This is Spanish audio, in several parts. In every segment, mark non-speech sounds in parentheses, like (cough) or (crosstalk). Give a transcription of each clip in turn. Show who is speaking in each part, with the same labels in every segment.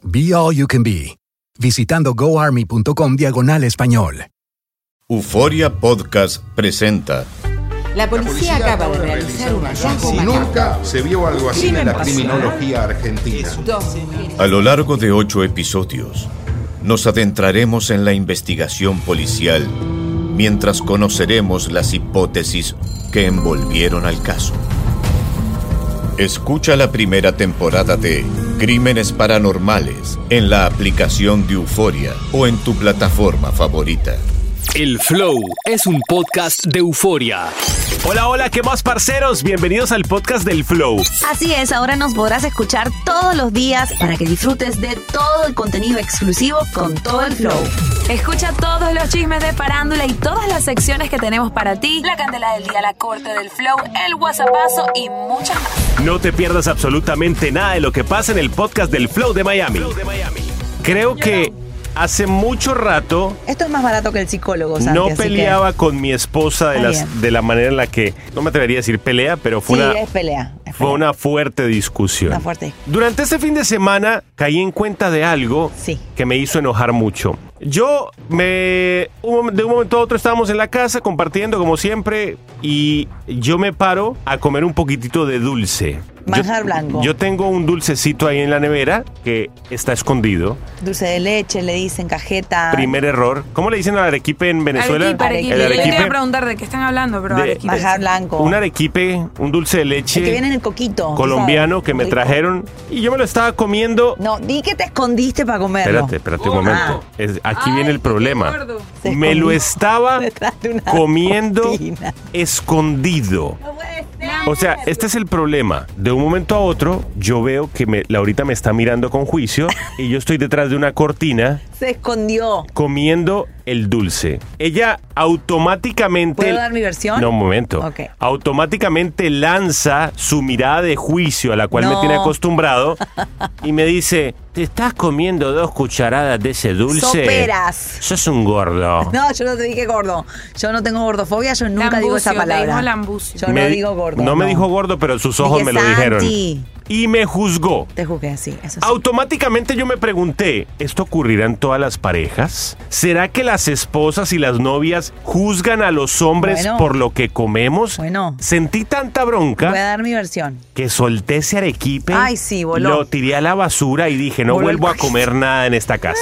Speaker 1: Be All You Can Be, visitando goarmy.com diagonal español.
Speaker 2: Euforia Podcast presenta
Speaker 3: La policía, acaba de realizar un hallazgo
Speaker 4: Si
Speaker 3: macabro.
Speaker 4: nunca se vio algo así en la criminología argentina.
Speaker 3: Dos mujeres.
Speaker 2: a lo largo de ocho episodios. Nos adentraremos en la investigación policial mientras conoceremos las hipótesis que envolvieron al caso. Escucha la primera temporada de Crímenes Paranormales en la aplicación de Euforia o en tu plataforma favorita.
Speaker 5: El Flow es un podcast de euforia.
Speaker 6: Hola, hola, ¿qué más, parceros? Bienvenidos al podcast del Flow.
Speaker 7: Así es, ahora nos podrás escuchar todos los días para que disfrutes de todo el contenido exclusivo con todo el flow.
Speaker 8: Escucha todos los chismes de farándula y todas las secciones que tenemos para ti. La candela del día, la corte del flow, el whatsappazo y muchas más.
Speaker 6: No te pierdas absolutamente nada de lo que pasa en el podcast del Flow de Miami. Creo que hace mucho rato
Speaker 9: Esto es más barato que el psicólogo, Santi,
Speaker 6: no
Speaker 9: así que-
Speaker 6: peleaba con mi esposa de,
Speaker 9: Está
Speaker 6: las,
Speaker 9: bien.
Speaker 6: de la manera en la que, no me atrevería a decir pelea, pero fue
Speaker 9: Sí,
Speaker 6: una...
Speaker 9: es pelea. es
Speaker 6: Fue
Speaker 9: pelea.
Speaker 6: una fuerte discusión.
Speaker 9: Una fuerte.
Speaker 6: Durante este fin de semana caí en cuenta de algo
Speaker 9: Sí.
Speaker 6: que me hizo enojar mucho. Yo me un mom- de un momento a otro estábamos en la casa compartiendo como siempre y yo me paro a comer un poquitito de dulce. Yo-
Speaker 9: Manjar blanco.
Speaker 6: Yo tengo un dulcecito ahí en la nevera que está escondido.
Speaker 9: Dulce de leche, le dicen cajeta.
Speaker 6: Primer error. ¿Cómo le dicen al arequipe en Venezuela?
Speaker 8: Arequipe, arequipe.
Speaker 6: El
Speaker 8: Yo te iba a
Speaker 6: arequipe.
Speaker 8: preguntar de qué están hablando, pero
Speaker 6: De-
Speaker 8: arequipe.
Speaker 9: Manjar blanco.
Speaker 6: Un arequipe, un dulce de leche
Speaker 9: El que viene en el coquito.
Speaker 6: colombiano
Speaker 9: ¿sabes?
Speaker 6: que me
Speaker 9: Rico.
Speaker 6: trajeron y yo me lo estaba comiendo
Speaker 9: No, di que te escondiste para comerlo. Ah,
Speaker 6: Espérate, espérate un momento. Es- aquí
Speaker 8: Ay,
Speaker 6: viene el
Speaker 8: qué
Speaker 6: problema.
Speaker 8: gordo.
Speaker 9: Se
Speaker 6: Me
Speaker 9: escondió
Speaker 6: lo
Speaker 9: (laughs)
Speaker 6: estaba
Speaker 9: detrás de una
Speaker 6: comiendo
Speaker 9: cortina.
Speaker 6: escondido.
Speaker 9: No puede ser.
Speaker 6: O sea, este es el problema. De un momento a otro, yo veo que me, Laurita me está mirando con juicio y yo estoy detrás de una cortina
Speaker 9: Se escondió.
Speaker 6: comiendo el dulce. Ella automáticamente...
Speaker 9: ¿Puedo dar mi versión?
Speaker 6: No, un momento.
Speaker 9: Ok.
Speaker 6: Automáticamente lanza su mirada de juicio a la cual me
Speaker 9: No.
Speaker 6: tiene acostumbrado y me dice, te estás comiendo dos cucharadas de ese dulce.
Speaker 9: Soperas.
Speaker 6: Sos un gordo.
Speaker 9: No, yo no te dije gordo. Yo no tengo gordofobia, yo nunca digo esa
Speaker 8: Lambucio, te
Speaker 9: palabra.
Speaker 8: dijo lambucio.
Speaker 9: (laughs) Yo no
Speaker 6: di-
Speaker 9: digo gordo.
Speaker 6: No me dijo gordo, pero sus ojos
Speaker 9: Dije,
Speaker 6: me lo
Speaker 9: "Santi".
Speaker 6: dijeron. Y me juzgó.
Speaker 9: Te juzgué así, eso sí.
Speaker 6: Automáticamente yo me pregunté, ¿esto ocurrirá en todas las parejas? ¿Será que las esposas y las novias juzgan a los hombres
Speaker 9: Bueno.
Speaker 6: por lo que comemos?
Speaker 9: Bueno.
Speaker 6: Sentí tanta
Speaker 9: Voy a
Speaker 6: bronca
Speaker 9: dar mi versión.
Speaker 6: que solté ese arequipe.
Speaker 9: Ay, sí, voló.
Speaker 6: Lo tiré a la basura y dije, no
Speaker 9: Voló el
Speaker 6: vuelvo a
Speaker 9: paquete".
Speaker 6: comer nada en
Speaker 9: (laughs)
Speaker 6: esta casa.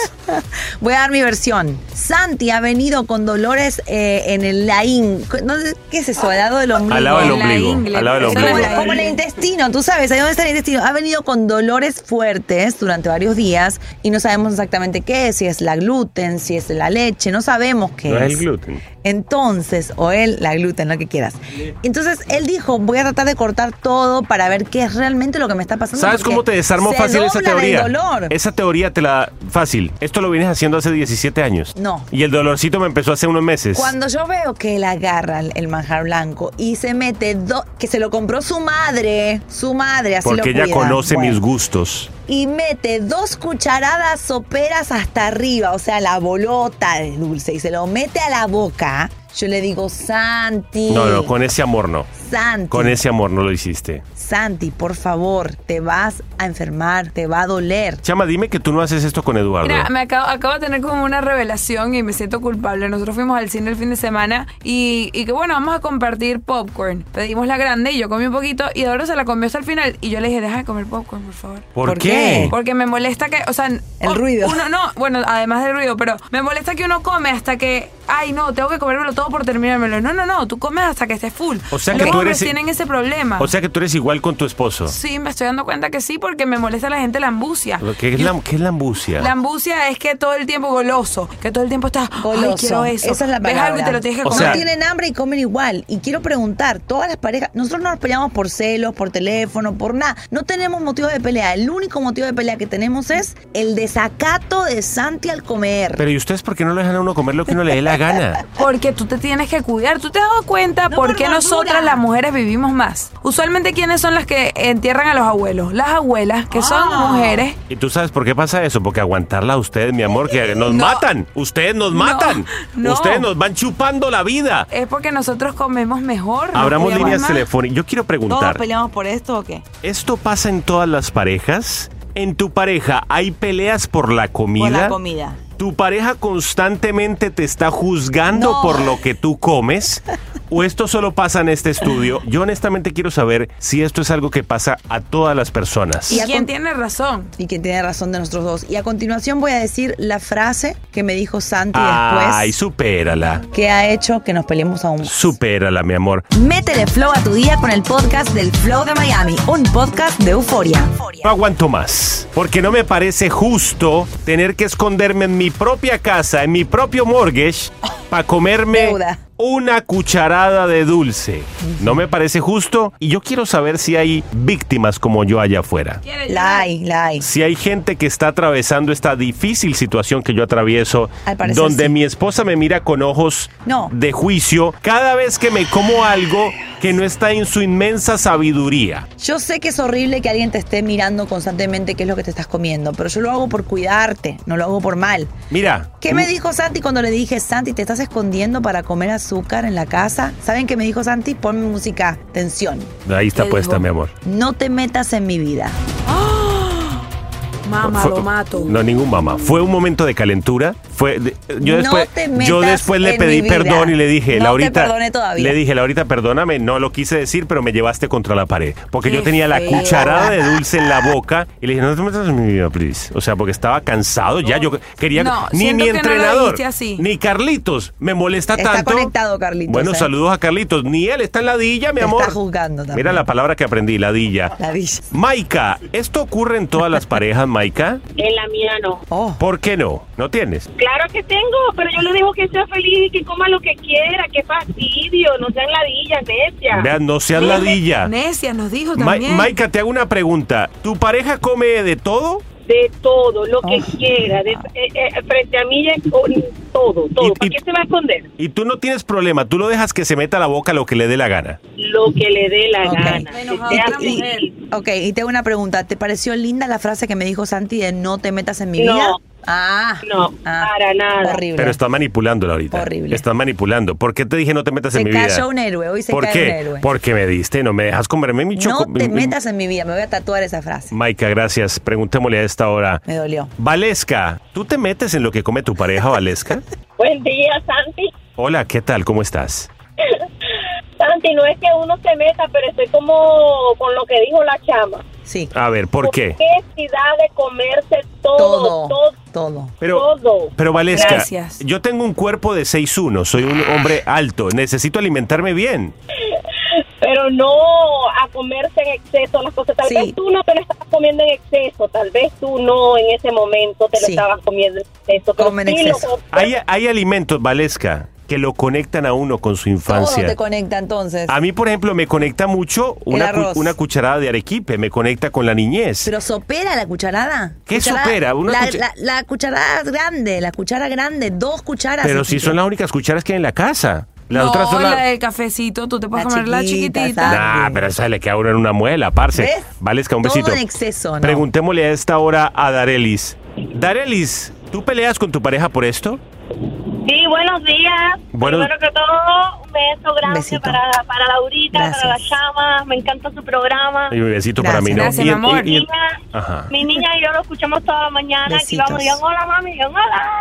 Speaker 9: Voy a dar mi versión. Santi ha venido con dolores eh, en el laín. No sé, ¿Qué es eso? Al lado del ombligo.
Speaker 6: al lado del
Speaker 8: En la
Speaker 6: ombligo.
Speaker 8: ingle.
Speaker 6: Al lado del
Speaker 8: Eso
Speaker 9: Como,
Speaker 6: ombligo.
Speaker 8: es
Speaker 9: el- como el intestino, tú sabes, ahí donde está el intestino. Ha venido con dolores fuertes durante varios días y no sabemos exactamente qué es, si es la gluten, si es la leche, no sabemos qué
Speaker 6: No
Speaker 9: es.
Speaker 6: es el gluten.
Speaker 9: Entonces, o él, la gluten, lo que quieras. Entonces, él dijo, voy a tratar de cortar todo para ver qué es realmente lo que me está pasando.
Speaker 6: ¿Sabes
Speaker 9: porque
Speaker 6: cómo te desarmó
Speaker 9: se
Speaker 6: fácil esa
Speaker 9: dobla del
Speaker 6: teoría?
Speaker 9: dolor.
Speaker 6: Esa teoría te la fácil. Esto lo vienes haciendo hace 17 años.
Speaker 9: No.
Speaker 6: Y el dolorcito me empezó hace unos meses.
Speaker 9: Cuando yo veo que él agarra el- el manjar blanco y se mete dos, que se lo compró su madre, su madre, así lo
Speaker 6: Porque ella
Speaker 9: cuida.
Speaker 6: conoce
Speaker 9: Bueno.
Speaker 6: mis gustos.
Speaker 9: y mete dos cucharadas soperas hasta arriba, o sea, la bolota del dulce, y se lo mete a la boca, yo le digo, Santi.
Speaker 6: No, no, con ese amor no.
Speaker 9: Santi.
Speaker 6: Con ese amor no lo hiciste.
Speaker 9: Santi, por favor, te vas a enfermar, te va a doler.
Speaker 6: Chama, dime que tú no haces esto con Eduardo.
Speaker 8: Mira, me acabo, acabo de tener como una revelación y me siento culpable. Nosotros fuimos al cine el fin de semana y, y que bueno, vamos a compartir popcorn. Pedimos la grande y yo comí un poquito y Eduardo se la comió hasta el final y yo le dije, deja de comer popcorn, por favor.
Speaker 6: ¿Por ¿Por qué? qué?
Speaker 8: Porque me molesta que, o sea... El
Speaker 9: ruido.
Speaker 8: Uno, no, bueno, además del ruido, pero me molesta que uno come hasta que, ay no, tengo que comérmelo todo por terminármelo. No, no, no, tú comes hasta que estés full.
Speaker 6: O sea
Speaker 8: Los
Speaker 6: que tú
Speaker 8: hombres
Speaker 6: eres-
Speaker 8: tienen ese problema.
Speaker 6: O sea que tú eres igual con tu esposo.
Speaker 8: Sí, me estoy dando cuenta que sí, porque me molesta la gente la ambucia.
Speaker 6: ¿Qué es, la, ¿Qué es la ambucia?
Speaker 8: La ambucia es que todo el tiempo goloso, que todo el tiempo está goloso.
Speaker 9: Goloso.
Speaker 8: quiero eso.
Speaker 9: Esa es la
Speaker 8: Ves
Speaker 9: palabra.
Speaker 8: algo y te lo tienes que
Speaker 6: O
Speaker 8: comer.
Speaker 6: sea-
Speaker 9: no tienen hambre y comen igual. Y quiero preguntar, todas las parejas, nosotros no nos peleamos por celos, por teléfono, por nada. No tenemos motivo de pelea. El único motivo de pelea que tenemos es el desacato de Santi al comer.
Speaker 6: Pero ¿y ustedes por qué no lo dejan a uno comer lo que uno le dé la
Speaker 8: (laughs)
Speaker 6: gana?
Speaker 8: Porque tú te tienes que cuidar. ¿Tú te has dado cuenta por qué nosotras las mujeres vivimos más? Usualmente, ¿quiénes son las que entierran a los abuelos? Las abuelas, que son
Speaker 9: Ah.
Speaker 8: mujeres.
Speaker 6: ¿Y tú sabes por qué pasa eso? Porque aguantarla a ustedes, mi amor, que nos matan. Ustedes nos matan.
Speaker 8: no.
Speaker 6: Ustedes nos van chupando la vida.
Speaker 8: Es porque nosotros comemos mejor. nos
Speaker 6: Abramos
Speaker 8: cuidamos
Speaker 6: líneas
Speaker 8: más.
Speaker 6: telefónicas. Yo quiero preguntar,
Speaker 9: peleamos por esto o qué?
Speaker 6: ¿esto pasa en todas las parejas? ¿En tu pareja hay peleas por la comida?
Speaker 9: comida.
Speaker 6: ¿Tu pareja constantemente te está juzgando
Speaker 9: No.
Speaker 6: por lo que tú comes? ¿O esto solo pasa en este estudio? Yo honestamente quiero saber si esto es algo que pasa a todas las personas.
Speaker 8: ¿Y quién tiene razón?
Speaker 9: Y quien tiene razón de nosotros dos. Y a continuación voy a decir la frase que me dijo Santi
Speaker 6: Ay,
Speaker 9: después,
Speaker 6: supérala.
Speaker 9: que ha hecho que nos peleemos aún más.
Speaker 6: Supérala, mi amor.
Speaker 9: Métele flow a tu día con el podcast del Flow de Miami, un podcast de euforia.
Speaker 6: No aguanto más, porque no me parece justo tener que esconderme en mi propia casa, en mi propio mortgage, para comerme una cucharada de dulce. No me parece justo y yo quiero saber si hay víctimas como yo allá afuera.
Speaker 9: La hay, la hay.
Speaker 6: Si hay gente que está atravesando esta difícil situación que yo atravieso,
Speaker 9: Al parecer
Speaker 6: donde
Speaker 9: sí.
Speaker 6: mi esposa me mira con ojos
Speaker 9: No.
Speaker 6: de juicio cada vez que me como algo que no está en su inmensa sabiduría.
Speaker 9: Yo sé que es horrible que alguien te esté mirando constantemente qué es lo que te estás comiendo, pero yo lo hago por cuidarte, no lo hago por mal.
Speaker 6: Mira,
Speaker 9: ¿Qué me dijo Santi cuando le dije, Santi, te estás escondiendo para comer azúcar en la casa? ¿Saben qué me dijo Santi? Ponme música, tensión.
Speaker 6: ahí está
Speaker 9: ¿Qué
Speaker 6: puesta,
Speaker 9: dijo?
Speaker 6: mi amor.
Speaker 9: No te metas en mi vida.
Speaker 8: (gasps) Mamá,
Speaker 6: Fue-
Speaker 8: lo mato.
Speaker 6: No, ningún mamá. Fue un momento de calentura. Fue de- yo
Speaker 9: No
Speaker 6: después,
Speaker 9: te metas
Speaker 6: yo después le
Speaker 9: en
Speaker 6: pedí
Speaker 9: mi vida.
Speaker 6: perdón y le dije,
Speaker 9: No te
Speaker 6: Laurita,
Speaker 9: perdoné todavía".
Speaker 6: le dije, Laurita, perdóname, no lo quise decir, pero me llevaste contra la pared, porque yo
Speaker 9: Qué
Speaker 6: tenía la
Speaker 9: feo.
Speaker 6: cucharada de dulce en la boca y le dije, no te metas en mi vida, please. O sea, porque estaba cansado, ya yo quería
Speaker 8: No,
Speaker 6: ni
Speaker 8: siento
Speaker 6: mi
Speaker 8: que no lo
Speaker 6: entrenador,
Speaker 8: dijiste así.
Speaker 6: ni Carlitos me molesta
Speaker 9: Está
Speaker 6: tanto.
Speaker 9: conectado, Carlitos,
Speaker 6: Bueno,
Speaker 9: ¿eh?
Speaker 6: saludos a Carlitos, ni él está en la dilla, mi
Speaker 9: Te
Speaker 6: amor.
Speaker 9: está juzgando también.
Speaker 6: Mira la palabra que aprendí, ladilla.
Speaker 9: Ladilla.
Speaker 6: Maika, ¿esto ocurre en todas las parejas, Maika?
Speaker 10: En la mía no.
Speaker 6: ¿Por qué no? ¿No tienes?
Speaker 10: Claro que tengo, pero yo le digo que sea feliz y que coma lo que quiera. Qué fastidio, no sean ladillas, necia.
Speaker 6: Vean, no seas ladilla.
Speaker 8: Necia nos dijo
Speaker 6: Ma-
Speaker 8: también.
Speaker 6: Maika, te hago una pregunta. ¿Tu pareja come de todo?
Speaker 10: De todo, lo que
Speaker 6: Oh.
Speaker 10: quiera. de- eh, eh, frente a mí, ya es con todo, todo. ¿Para qué se va a esconder?
Speaker 6: Y tú no tienes problema, tú lo dejas que se meta a la boca lo que le dé la gana.
Speaker 10: Lo que le dé la
Speaker 9: Ok.
Speaker 10: gana. Que sea
Speaker 9: Y-
Speaker 10: feliz.
Speaker 9: y- ok, y tengo una pregunta. ¿Te pareció linda la frase que me dijo Santi de no te metas en mi
Speaker 10: No.
Speaker 9: vida? Ah,
Speaker 10: No, para nada.
Speaker 9: horrible.
Speaker 6: Pero estás manipulándola ahorita.
Speaker 9: Horrible.
Speaker 6: Estás manipulando. ¿Por qué te dije no te metas
Speaker 9: se
Speaker 6: en mi vida?
Speaker 9: cayó un héroe, hoy se
Speaker 6: ¿Por
Speaker 9: cae
Speaker 6: qué?
Speaker 9: un héroe.
Speaker 6: Porque me diste, no me dejas comerme mi
Speaker 9: No
Speaker 6: choco.
Speaker 9: te metas en mi vida, me voy a tatuar esa frase.
Speaker 6: Maika, gracias. Preguntémosle a esta hora.
Speaker 9: Me dolió.
Speaker 6: Valesca, ¿tú te metes en lo que come tu
Speaker 9: (laughs)
Speaker 6: pareja, Valesca?
Speaker 10: Buen día, Santi. (laughs)
Speaker 6: Hola, ¿qué tal? ¿Cómo estás?
Speaker 10: Santi, no es que uno se meta, pero estoy como con lo que dijo la chama.
Speaker 9: Sí.
Speaker 6: A ver, ¿por qué?
Speaker 10: si da de comerse todo,
Speaker 9: Todo.
Speaker 10: todo,
Speaker 9: Todo.
Speaker 6: Pero,
Speaker 10: todo.
Speaker 6: pero Valesca,
Speaker 10: Gracias.
Speaker 6: yo tengo un cuerpo de 6'1, soy un hombre alto, necesito alimentarme bien.
Speaker 10: Pero no a comerse en exceso las cosas. Tal vez tú no te lo estabas comiendo en exceso, tal vez tú no en ese momento te lo
Speaker 9: Sí.
Speaker 10: estabas comiendo en exceso. pero
Speaker 9: Comen en
Speaker 10: sí lo
Speaker 9: exceso.
Speaker 10: comes.
Speaker 6: Hay, hay alimentos, Valesca, que lo conectan a uno con su
Speaker 9: Todo
Speaker 6: infancia.
Speaker 9: te conecta entonces.
Speaker 6: A mí, por ejemplo, me conecta mucho una, cu-
Speaker 9: arroz.
Speaker 6: una cucharada de arequipe, me conecta con la niñez.
Speaker 9: Pero sopera la cucharada.
Speaker 6: ¿Qué
Speaker 9: Cucharada-
Speaker 6: sopera? Una
Speaker 9: la,
Speaker 6: cucha-
Speaker 9: la- la cucharada grande, la cuchara grande, dos cucharas.
Speaker 6: Pero si son las únicas cucharas que hay en la casa. Las
Speaker 8: no,
Speaker 6: otras son
Speaker 8: la...
Speaker 6: la-
Speaker 8: del cafecito, tú te puedes
Speaker 9: La
Speaker 8: comer la
Speaker 9: chiquita,
Speaker 8: chiquitita.
Speaker 6: Nah, pero esa le queda uno en una muela, parce.
Speaker 8: ¿Ves?
Speaker 6: Vales que un besito.
Speaker 9: Todo en exceso, ¿no?
Speaker 6: Preguntémosle a esta hora a Darelis. Darelis, ¿tú peleas con tu pareja por esto?
Speaker 11: Sí, buenos días.
Speaker 6: Bueno-
Speaker 11: Primero que todo, un beso grande para, para Laurita, para las llamas. Me encanta su programa.
Speaker 6: Y un besito para mí, ¿no?
Speaker 11: Gracias, mi
Speaker 6: Y- y-
Speaker 11: amor.
Speaker 6: y-
Speaker 11: Mi niña-
Speaker 6: Ajá.
Speaker 11: Mi niña y yo lo escuchamos toda la mañana. Aquí
Speaker 6: Besitos.
Speaker 11: vamos, digan hola, mami, digan hola.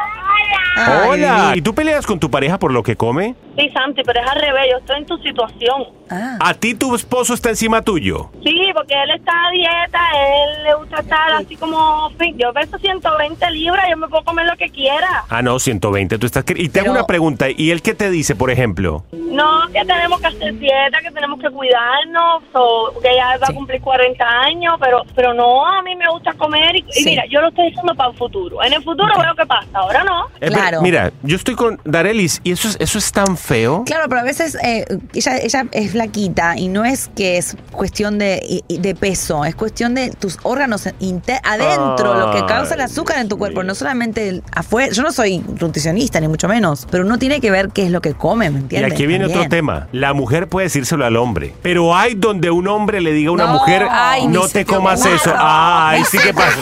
Speaker 6: Hola. ¿Y tú peleas con tu pareja por lo que come?
Speaker 11: Sí, Santi, pero es al revés. Yo estoy en tu situación.
Speaker 9: Ah.
Speaker 6: ¿A ti tu esposo está encima tuyo?
Speaker 11: Sí, porque él está a dieta, él le gusta estar así como... fit. Yo peso 120 libras, yo me puedo comer lo que quiera.
Speaker 6: Ah, no, 120. Tú estás... cre- Y te hago una pregunta. ¿Y él qué te dice, por ejemplo? Eh,
Speaker 11: No, que tenemos que hacer dieta, que tenemos que cuidarnos, o que ya va a cumplir 40 años, pero pero no, a mí me gusta comer. Y, y mira, yo lo estoy diciendo para el futuro. En el futuro veo qué pasa, ahora no.
Speaker 6: Eh, pero Mira, yo estoy con Darelis y eso es, eso es tan feo.
Speaker 9: Claro, pero a veces eh, ella, ella es flaquita y no es que es cuestión de, y- y de peso, es cuestión de tus órganos inte- adentro, lo que causa el
Speaker 7: Ay,
Speaker 9: azúcar en tu cuerpo, no solamente el afuera. Yo no soy nutricionista, ni mucho menos, pero uno tiene que ver qué es lo que come, ¿me
Speaker 6: Y
Speaker 9: entiendes?
Speaker 6: aquí viene otro
Speaker 9: También.
Speaker 6: tema. La mujer puede decírselo al hombre, pero hay donde un hombre le diga a una
Speaker 9: No.
Speaker 6: mujer,
Speaker 9: Ay,
Speaker 6: no
Speaker 9: mi
Speaker 6: te
Speaker 9: sitio
Speaker 6: comas
Speaker 9: bueno.
Speaker 6: eso. Ah, ahí sí que pasa.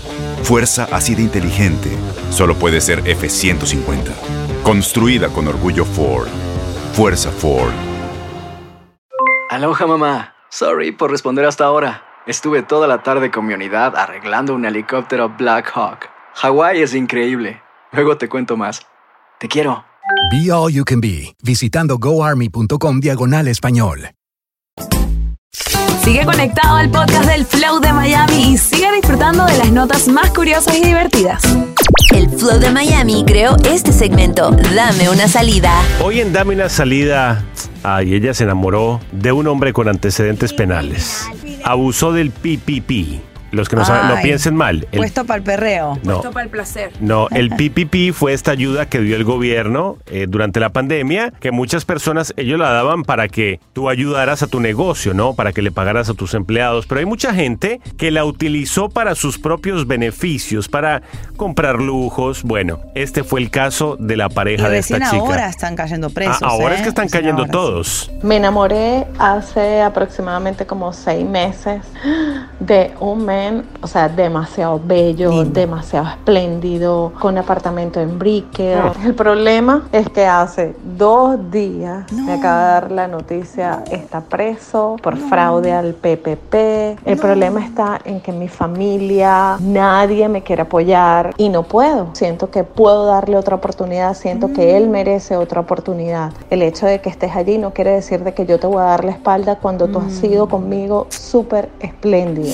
Speaker 12: Fuerza así de inteligente solo puede ser F150. Construida con orgullo Ford. Fuerza Ford.
Speaker 13: Aloha mamá. Sorry por responder hasta ahora. Estuve toda la tarde con mi unidad arreglando un helicóptero Black Hawk. Hawái es increíble. Luego te cuento más. Te quiero.
Speaker 1: Be All You Can Be, visitando goarmy.com diagonal español.
Speaker 3: Sigue conectado al podcast del Flow de Miami y sigue disfrutando de las notas más curiosas y divertidas.
Speaker 14: El Flow de Miami creó este segmento, Dame una salida.
Speaker 6: Hoy en Dame una salida, ay, ella se enamoró de un hombre con antecedentes penales. Abusó del PPP. Los que no, saben, no
Speaker 9: Ay. Pues
Speaker 6: piensen mal. El-
Speaker 9: Puesto para el perreo.
Speaker 6: No.
Speaker 8: Esto para el placer.
Speaker 6: no, el PPP fue esta ayuda que dio el gobierno eh, durante la pandemia, que muchas personas ellos la daban para que tú ayudaras a tu negocio, ¿no? Para que le pagaras a tus empleados. Pero hay mucha gente que la utilizó para sus propios beneficios, para comprar lujos. Bueno, este fue el caso de la
Speaker 9: Y
Speaker 6: pareja de esta
Speaker 9: recién
Speaker 6: chica.
Speaker 9: ahora están cayendo presos.
Speaker 6: Ah, ahora es
Speaker 9: ¿eh?
Speaker 6: que están
Speaker 9: Recién
Speaker 6: cayendo
Speaker 9: ahora.
Speaker 6: todos.
Speaker 15: Me enamoré hace aproximadamente como seis meses de un men, o sea, demasiado bello, demasiado espléndido, con apartamento en Brickell.
Speaker 9: Ah.
Speaker 16: Mm.
Speaker 15: El problema es que hace dos días me acaba de dar la noticia, está preso por fraude al PPP. El problema está en que mi familia, nadie me quiere apoyar y no puedo. Siento que puedo darle otra oportunidad, siento que
Speaker 9: Mm.
Speaker 15: él merece otra oportunidad. El hecho de que estés allí no quiere decir de que yo te voy a dar la espalda cuando tú
Speaker 9: Mm.
Speaker 15: has sido conmigo súper espléndido.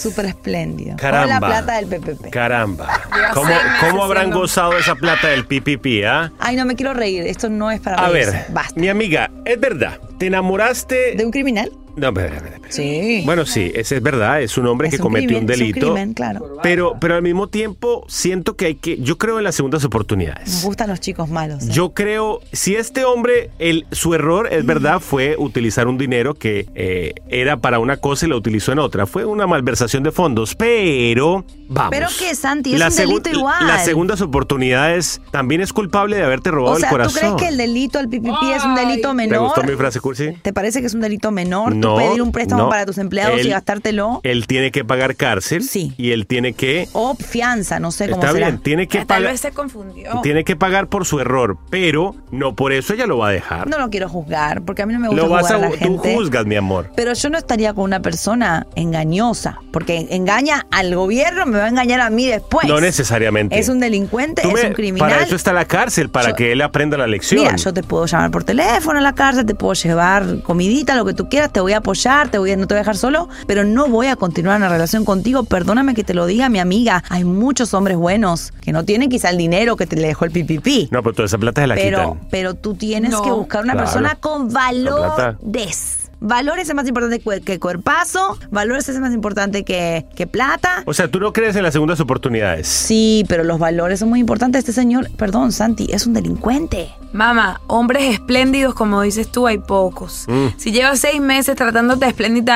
Speaker 9: Súper espléndido.
Speaker 6: Caramba.
Speaker 9: Con la plata del PPP. (laughs)
Speaker 6: Caramba.
Speaker 9: Lleva
Speaker 6: ¿Cómo,
Speaker 9: seis meses
Speaker 6: cómo habrán
Speaker 9: siendo-
Speaker 6: gozado esa plata del PPP, ah?
Speaker 9: Ay, no me quiero reír. Esto no es para
Speaker 6: A
Speaker 9: reírse.
Speaker 6: ver, mi amiga, es verdad, te enamoraste...
Speaker 9: ¿De un criminal?
Speaker 6: No, pero, Sí. Bueno, sí, ese es verdad, es un hombre que
Speaker 9: Es
Speaker 6: cometió
Speaker 9: crimen,
Speaker 6: un
Speaker 9: es
Speaker 6: delito.
Speaker 9: crimen, claro.
Speaker 6: Pero, pero al mismo tiempo, siento que hay que... Yo creo en las segundas oportunidades.
Speaker 9: Nos gustan los chicos malos.
Speaker 6: Yo creo, si este hombre, el, su error,
Speaker 9: Mm.
Speaker 6: es verdad, fue utilizar un dinero que eh, era para una cosa y lo utilizó en otra. Fue una malversación de fondos, pero vamos.
Speaker 9: Pero qué, Santi, es un
Speaker 6: segun-
Speaker 9: delito igual.
Speaker 6: Las segundas oportunidades también es culpable de haberte robado
Speaker 9: O sea,
Speaker 6: el
Speaker 9: ¿tú
Speaker 6: corazón.
Speaker 9: crees que el delito al PPP es un delito
Speaker 6: ¿Te
Speaker 9: menor?
Speaker 6: gustó mi frase cursi?
Speaker 9: ¿Te parece que es un delito menor? ¿Tú
Speaker 6: No,
Speaker 9: pedir un préstamo
Speaker 6: no.
Speaker 9: para tus empleados
Speaker 6: Él-
Speaker 9: y gastártelo.
Speaker 6: Él tiene que pagar cárcel. Y él tiene que.
Speaker 9: O fianza, no sé cómo
Speaker 6: Está
Speaker 9: será.
Speaker 6: bien, tiene que
Speaker 9: pagar.
Speaker 6: Tal vez
Speaker 8: se confundió.
Speaker 9: Oh.
Speaker 6: Tiene que pagar por su error, pero no por eso ella lo va a dejar.
Speaker 9: No lo quiero juzgar, porque a mí no me gusta
Speaker 6: lo vas
Speaker 9: juzgar
Speaker 6: a,
Speaker 9: a, la
Speaker 6: tú
Speaker 9: gente.
Speaker 6: juzgas, mi amor.
Speaker 9: Pero yo no estaría con una persona engañosa, porque engaña al gobierno, me va a engañar a mí después.
Speaker 6: no necesariamente.
Speaker 9: Pues, Es un delincuente,
Speaker 6: Tú
Speaker 9: es
Speaker 6: me-
Speaker 9: un criminal.
Speaker 6: Para eso está la cárcel, para que él aprenda la lección.
Speaker 9: Mira, yo te puedo llamar por teléfono a la cárcel, te puedo llevar comidita, lo que tú quieras, te voy a apoyar, te voy a, no te voy a dejar solo, pero no voy a continuar una relación contigo. Perdóname que te lo diga, mi amiga. Hay muchos hombres buenos que no tienen quizá el dinero que te le dejó el pipipi.
Speaker 6: No, pero toda esa plata se la
Speaker 9: Pero,
Speaker 6: quitan.
Speaker 9: pero tú tienes que buscar una
Speaker 6: Claro.
Speaker 9: persona con
Speaker 6: La plata.
Speaker 9: valores. Valores es más importante que- que cuerpazo, valores es más importante que, que plata.
Speaker 6: O sea, tú no crees en las segundas oportunidades.
Speaker 9: Sí, pero los valores son muy importantes. Este señor, perdón, Santi, es un delincuente.
Speaker 8: Mamá, hombres espléndidos, como dices tú, hay pocos.
Speaker 9: Mm.
Speaker 8: Si llevas seis meses tratándote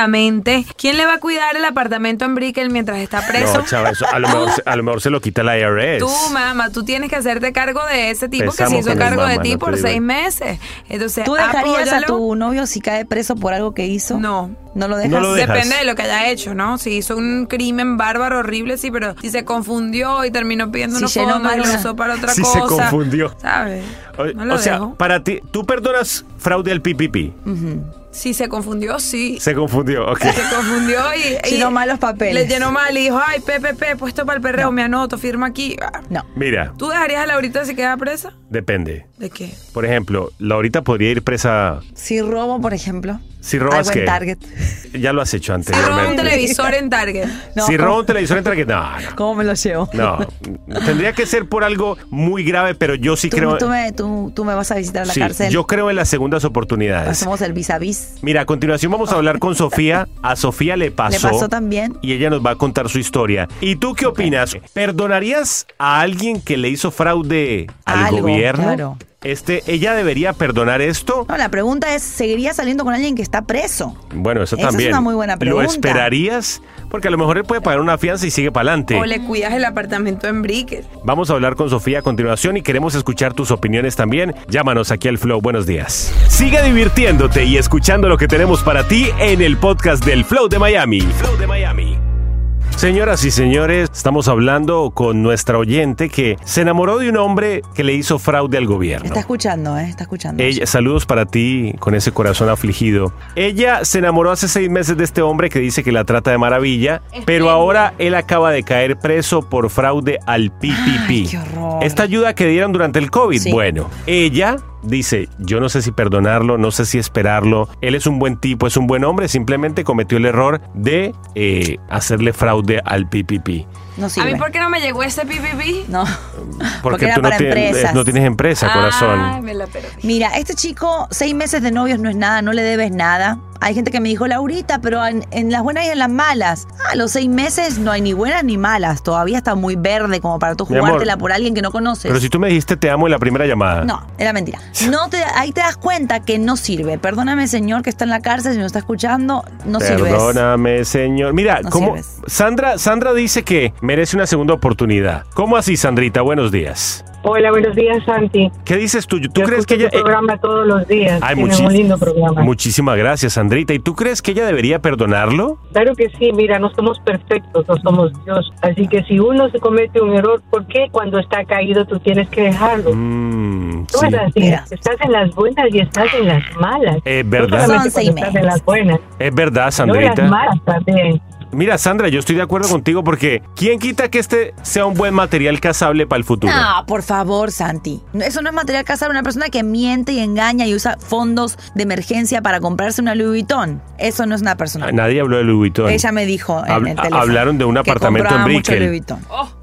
Speaker 8: espléndidamente, ¿quién le va a cuidar el apartamento en Brickell mientras está preso?
Speaker 6: No, chava, eso a lo, mejor, se- a lo mejor se lo quita la IRS.
Speaker 8: Tú, mamá, tú tienes que hacerte cargo de ese tipo que
Speaker 6: Pensamos
Speaker 8: se
Speaker 6: con
Speaker 8: hizo
Speaker 6: las
Speaker 8: cargo de
Speaker 6: mamás,
Speaker 8: ti
Speaker 6: no te
Speaker 8: por
Speaker 6: digo.
Speaker 8: seis meses. Entonces,
Speaker 9: ¿Tú dejarías a
Speaker 8: Eh, apóyalo.
Speaker 9: tu novio si cae preso por algo que hizo?
Speaker 8: No.
Speaker 9: No lo dejas.
Speaker 8: Depende de lo que haya hecho, ¿no? Si hizo un crimen bárbaro, horrible, sí, pero si se confundió y terminó pidiendo
Speaker 9: Si
Speaker 8: unos
Speaker 9: llenó
Speaker 8: fondos y
Speaker 9: mal
Speaker 8: lo
Speaker 9: la-
Speaker 8: usó para otra
Speaker 6: Si
Speaker 8: cosa.
Speaker 6: se confundió.
Speaker 8: ¿Sabes?
Speaker 6: O,
Speaker 8: No lo
Speaker 6: o sea,
Speaker 8: dejo.
Speaker 6: para ti, tú perdonas fraude al PPP.
Speaker 8: Si se confundió, sí.
Speaker 6: Se confundió, ok.
Speaker 8: Se confundió y, y
Speaker 9: Llenó mal los papeles.
Speaker 8: Le llenó mal y dijo, ay, PPP, puesto para el perreo, me anoto, firma aquí. Ah.
Speaker 6: Mira,
Speaker 8: ¿Tú dejarías a Laurita si queda presa?
Speaker 6: depende.
Speaker 8: ¿De qué?
Speaker 6: Por ejemplo, Laurita podría ir presa
Speaker 9: Si robo, por ejemplo.
Speaker 6: si robas
Speaker 9: algo
Speaker 6: qué.
Speaker 9: en Target.
Speaker 6: Ya lo has hecho
Speaker 8: Roba un
Speaker 6: anteriormente.
Speaker 8: televisor en Target.
Speaker 6: Si roba un televisor en Target, no, no.
Speaker 9: ¿Cómo me lo llevo?
Speaker 6: No, tendría que ser por algo muy grave, pero yo sí
Speaker 9: Tú,
Speaker 6: creo.
Speaker 9: tú me, tú- tú me vas a visitar a la
Speaker 6: sí,
Speaker 9: cárcel.
Speaker 6: yo creo en las segundas oportunidades.
Speaker 9: Hacemos el vis a vis.
Speaker 6: Mira, a continuación vamos a hablar con Sofía. A Sofía le pasó.
Speaker 9: Le pasó también.
Speaker 6: Y ella nos va a contar su historia. ¿Y tú qué opinas? ¿Perdonarías a alguien que le hizo fraude al
Speaker 9: Algo,
Speaker 6: gobierno?
Speaker 9: claro.
Speaker 6: Este, ¿Ella debería perdonar esto?
Speaker 9: No, la pregunta es, ¿seguiría saliendo con alguien que está preso?
Speaker 6: Bueno, eso
Speaker 9: Esa es
Speaker 6: también.
Speaker 9: una muy buena
Speaker 6: ¿Lo
Speaker 9: pregunta.
Speaker 6: esperarías? Porque a lo mejor él puede pagar una fianza y sigue para adelante.
Speaker 8: O le cuidas el apartamento en Brickell.
Speaker 6: Vamos a hablar con Sofía a continuación y queremos escuchar tus opiniones también. Llámanos aquí al Flow. Buenos días.
Speaker 17: Sigue divirtiéndote y escuchando lo que tenemos para ti en el podcast del Flow de Miami.
Speaker 6: Señoras y señores, estamos hablando con nuestra oyente que se enamoró de un hombre que le hizo fraude al gobierno.
Speaker 9: Está escuchando, ¿eh? Está escuchando.
Speaker 6: Ella- saludos para ti con ese corazón afligido. Ella se enamoró hace seis meses de este hombre que dice que la trata de maravilla, pero ahora él acaba de caer preso por fraude al PPP. Esta ayuda que dieron durante el COVID.
Speaker 17: Sí.
Speaker 6: Bueno, ella dice, yo no sé si perdonarlo, no sé si esperarlo. Él es un buen tipo, es un buen hombre, simplemente cometió el error de eh, hacerle fraude al PPP.
Speaker 9: No
Speaker 8: ¿A mí por qué no me llegó ese PPP?
Speaker 9: No.
Speaker 6: Porque, tú no tienes, no tienes
Speaker 8: Ah,
Speaker 6: empresa, corazón.
Speaker 8: me la perdí.
Speaker 9: Mira, este chico, seis meses de novios no es nada, no le debes nada. Hay gente que me dijo, Laurita, pero en, en las buenas y en las malas. Ah, los seis meses no hay ni buenas ni malas. Todavía está muy verde como para tú
Speaker 6: Mi amor,
Speaker 9: jugártela por alguien que no conoces.
Speaker 6: Pero si tú me dijiste te amo en la primera llamada.
Speaker 9: No, era mentira. No te, ahí te das cuenta que no sirve. Perdóname, señor, que está en la cárcel, si no está escuchando, no sirves.
Speaker 6: Perdóname, señor. Mira,
Speaker 9: No
Speaker 6: ¿cómo?
Speaker 9: sirves.
Speaker 6: Sandra, Sandra dice que merece una segunda oportunidad. ¿Cómo así, Sandrita? Buenos días.
Speaker 16: Hola, buenos días, Santi.
Speaker 6: ¿Qué dices tú? ¿Tú
Speaker 16: Yo
Speaker 6: crees que
Speaker 16: escucho
Speaker 6: ella... eh,
Speaker 16: tu programa todos los días.
Speaker 6: Ay,
Speaker 16: Tiene
Speaker 6: muchis-
Speaker 16: un lindo programa.
Speaker 6: Muchísimas gracias, Sandrita. ¿Y tú crees que ella debería perdonarlo?
Speaker 16: Claro que sí, mira, no somos perfectos, no somos Dios. Así que si uno se comete un error, ¿por qué cuando está caído tú tienes que dejarlo? Tú
Speaker 6: Mm, sí.
Speaker 16: es así, estás en las buenas y estás en las malas.
Speaker 6: Es
Speaker 16: No
Speaker 6: Eh, verdad.
Speaker 16: solamente cuando estás en las buenas,
Speaker 6: Es verdad,
Speaker 16: no en las
Speaker 6: Sandrita.
Speaker 16: malas también.
Speaker 6: Mira, Sandra, yo estoy de acuerdo contigo porque ¿quién quita que este sea un buen material casable para el futuro?
Speaker 9: No, por favor, Santi. Eso no es material casar una persona que miente y engaña y usa fondos de emergencia para comprarse una Louis Vuitton. Eso no es una persona.
Speaker 6: Nadie habló de Louis Vuitton.
Speaker 9: Ella me dijo en
Speaker 6: Ah, Habl-
Speaker 9: el teléfono
Speaker 6: hablaron de un
Speaker 9: que
Speaker 6: apartamento en
Speaker 9: compraba mucho
Speaker 6: Brickell.
Speaker 9: Louis Vuitton.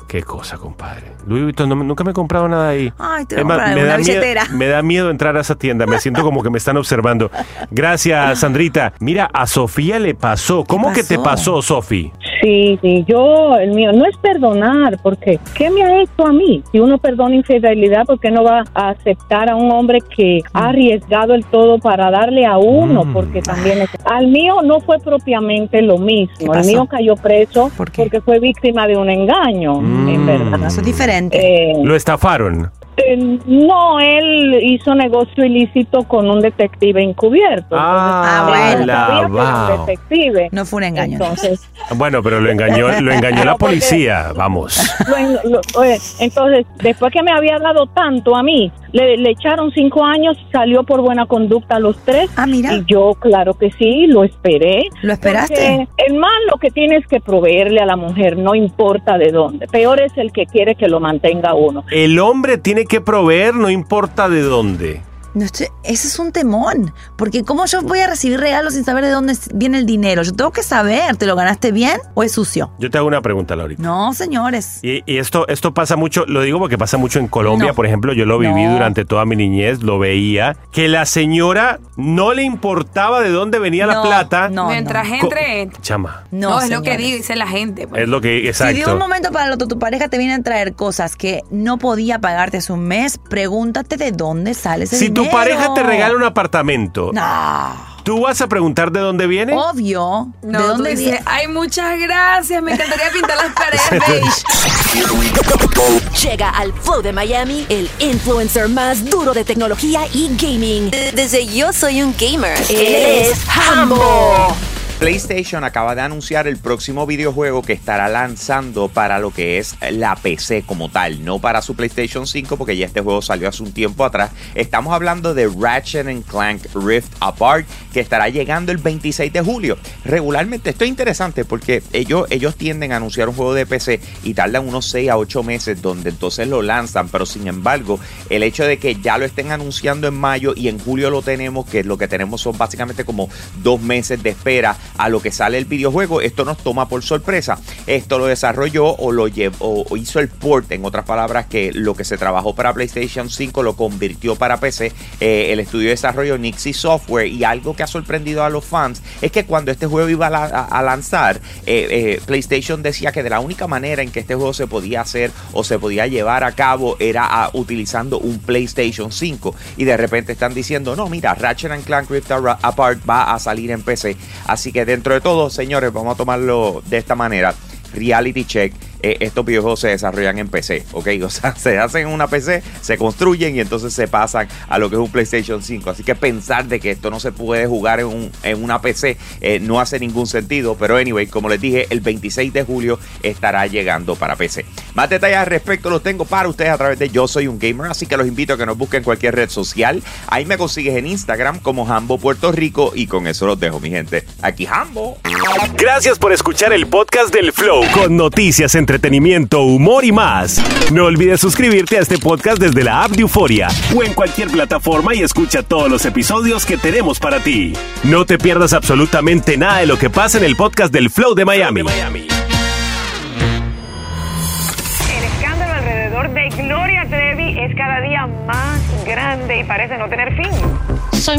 Speaker 6: Qué cosa, compadre. Louis Vuitton, no me- nunca me he comprado nada ahí.
Speaker 9: Ay, te voy a
Speaker 6: Es más,
Speaker 9: comprar
Speaker 6: me,
Speaker 9: una
Speaker 6: da miedo,
Speaker 9: billetera.
Speaker 6: me da miedo entrar a esa tienda. Me siento como que me están observando. Gracias, Sandrita. Mira, a Sofía le pasó. ¿Cómo que te
Speaker 16: pasó?
Speaker 6: pasó, Sofi?
Speaker 16: Sí, sí, yo, el mío, no es perdonar, porque ¿qué me ha hecho a mí? Si uno perdona infidelidad, ¿por qué no va a aceptar a un hombre que ha arriesgado el todo para darle a uno?
Speaker 9: Mm.
Speaker 16: Porque también es- Al mío no fue propiamente lo mismo. El
Speaker 9: pasó?
Speaker 16: mío cayó preso porque fue víctima de un engaño, en verdad.
Speaker 9: Eso es Mm. diferente.
Speaker 6: Lo estafaron.
Speaker 16: Eh, no, él hizo negocio ilícito con un detective encubierto.
Speaker 6: Ah,
Speaker 16: Entonces,
Speaker 6: la
Speaker 16: sabía que era un
Speaker 6: wow.
Speaker 16: detective.
Speaker 9: No fue un engaño.
Speaker 16: Entonces,
Speaker 6: Bueno, pero lo engañó, lo
Speaker 9: (laughs)
Speaker 6: engañó la
Speaker 16: No, porque-
Speaker 6: policía, vamos.
Speaker 16: lo en- lo- eh, entonces, después que me había dado tanto a mí, le, le echaron cinco años, salió por buena conducta a los tres. Ah, mira. Y yo, claro que sí, lo esperé.
Speaker 9: ¿Lo esperaste?
Speaker 16: Porque El man lo que tiene es que proveerle a la mujer, no importa de dónde. Peor es el que quiere que lo mantenga uno.
Speaker 6: El hombre tiene que proveer, no importa de dónde.
Speaker 9: No estoy- ese es un temón, porque ¿cómo yo voy a recibir regalos sin saber de dónde viene el dinero? Yo tengo que saber, ¿te lo ganaste bien o es sucio?
Speaker 6: Yo te hago una pregunta, Laurita.
Speaker 9: No, señores.
Speaker 6: Y, y esto, esto pasa mucho, lo digo porque pasa mucho en Colombia, por ejemplo, yo lo viví
Speaker 9: No.
Speaker 6: durante toda mi niñez, lo veía, que la señora no le importaba de dónde venía la
Speaker 8: No,
Speaker 6: plata.
Speaker 8: Mientras
Speaker 6: Co-
Speaker 8: entre, entra.
Speaker 6: Chama,
Speaker 8: No,
Speaker 9: No,
Speaker 8: es lo que
Speaker 9: señores.
Speaker 8: dice la gente. pues.
Speaker 6: es lo que,
Speaker 9: Si de un
Speaker 6: exacto.
Speaker 9: momento para el otro tu pareja te viene a traer cosas que no podía pagarte hace un mes, pregúntate de dónde sale ese
Speaker 6: Si
Speaker 9: dinero.
Speaker 6: tu pareja te regala un apartamento,
Speaker 9: No, Oh,
Speaker 6: ¿tú vas a preguntar de dónde viene? (laughs)
Speaker 9: obvio.
Speaker 8: No,
Speaker 9: ¿De
Speaker 8: tú
Speaker 9: dónde
Speaker 8: dices,
Speaker 9: viene?
Speaker 8: Ay, muchas gracias. Me encantaría pintar las paredes beige.
Speaker 14: Llega al Flow de Miami el influencer más duro de tecnología y gaming. De- Desde Yo Soy un Gamer. Él es Hambo.
Speaker 18: PlayStation acaba de anunciar el próximo videojuego que estará lanzando para lo que es la PC como tal, no para su PlayStation 5 porque ya este juego salió hace un tiempo atrás. Estamos hablando de Ratchet and Clank Rift Apart que estará llegando el 26 de julio. Regularmente esto es interesante porque ellos, ellos tienden a anunciar un juego de PC y tardan unos 6 a 8 meses donde entonces lo lanzan, pero sin embargo el hecho de que ya lo estén anunciando en mayo y en julio lo tenemos, que lo que tenemos son básicamente como dos meses de espera a lo que sale el videojuego, esto nos toma por sorpresa. Esto lo desarrolló o lo llevó o hizo el port, en otras palabras, que lo que se trabajó para PlayStation 5 lo convirtió para PC eh, el estudio de desarrollo Nixie Software y algo que ha sorprendido a los fans es que cuando este juego iba a, la- a- a lanzar, eh, eh, PlayStation decía que de la única manera en que este juego se podía hacer o se podía llevar a cabo era ah, utilizando un PlayStation 5 y de repente están diciendo, no, mira, Ratchet and Clank Rift Ara- Apart va a salir en PC. Así que dentro de todo, señores, vamos a tomarlo de esta manera. Reality check, eh, estos videojuegos se desarrollan en PC, ¿ok? (laughs) O sea, se hacen en una PC, se construyen y entonces se pasan a lo que es un PlayStation 5. Así que pensar de que esto no se puede jugar en, un- en una PC eh, no hace ningún sentido, pero anyway, como les dije, el 26 de julio estará llegando para PC. Más detalles al respecto los tengo para ustedes a través de Yo Soy un Gamer, así que los invito a que nos busquen en cualquier red social. Ahí me consigues en Instagram como Jambo Puerto Rico y con eso los dejo, mi gente. Aquí Jambo.
Speaker 17: Gracias por escuchar el podcast del Flow con noticias, entretenimiento, humor y más. No olvides suscribirte a este podcast desde la app de Euforia o en cualquier plataforma y escucha todos los episodios que tenemos para ti. No te pierdas absolutamente nada de lo que pasa en el podcast del Flow de Miami.
Speaker 19: El escándalo alrededor de Gloria Trevi es cada día más grande y parece no tener fin.
Speaker 20: Soy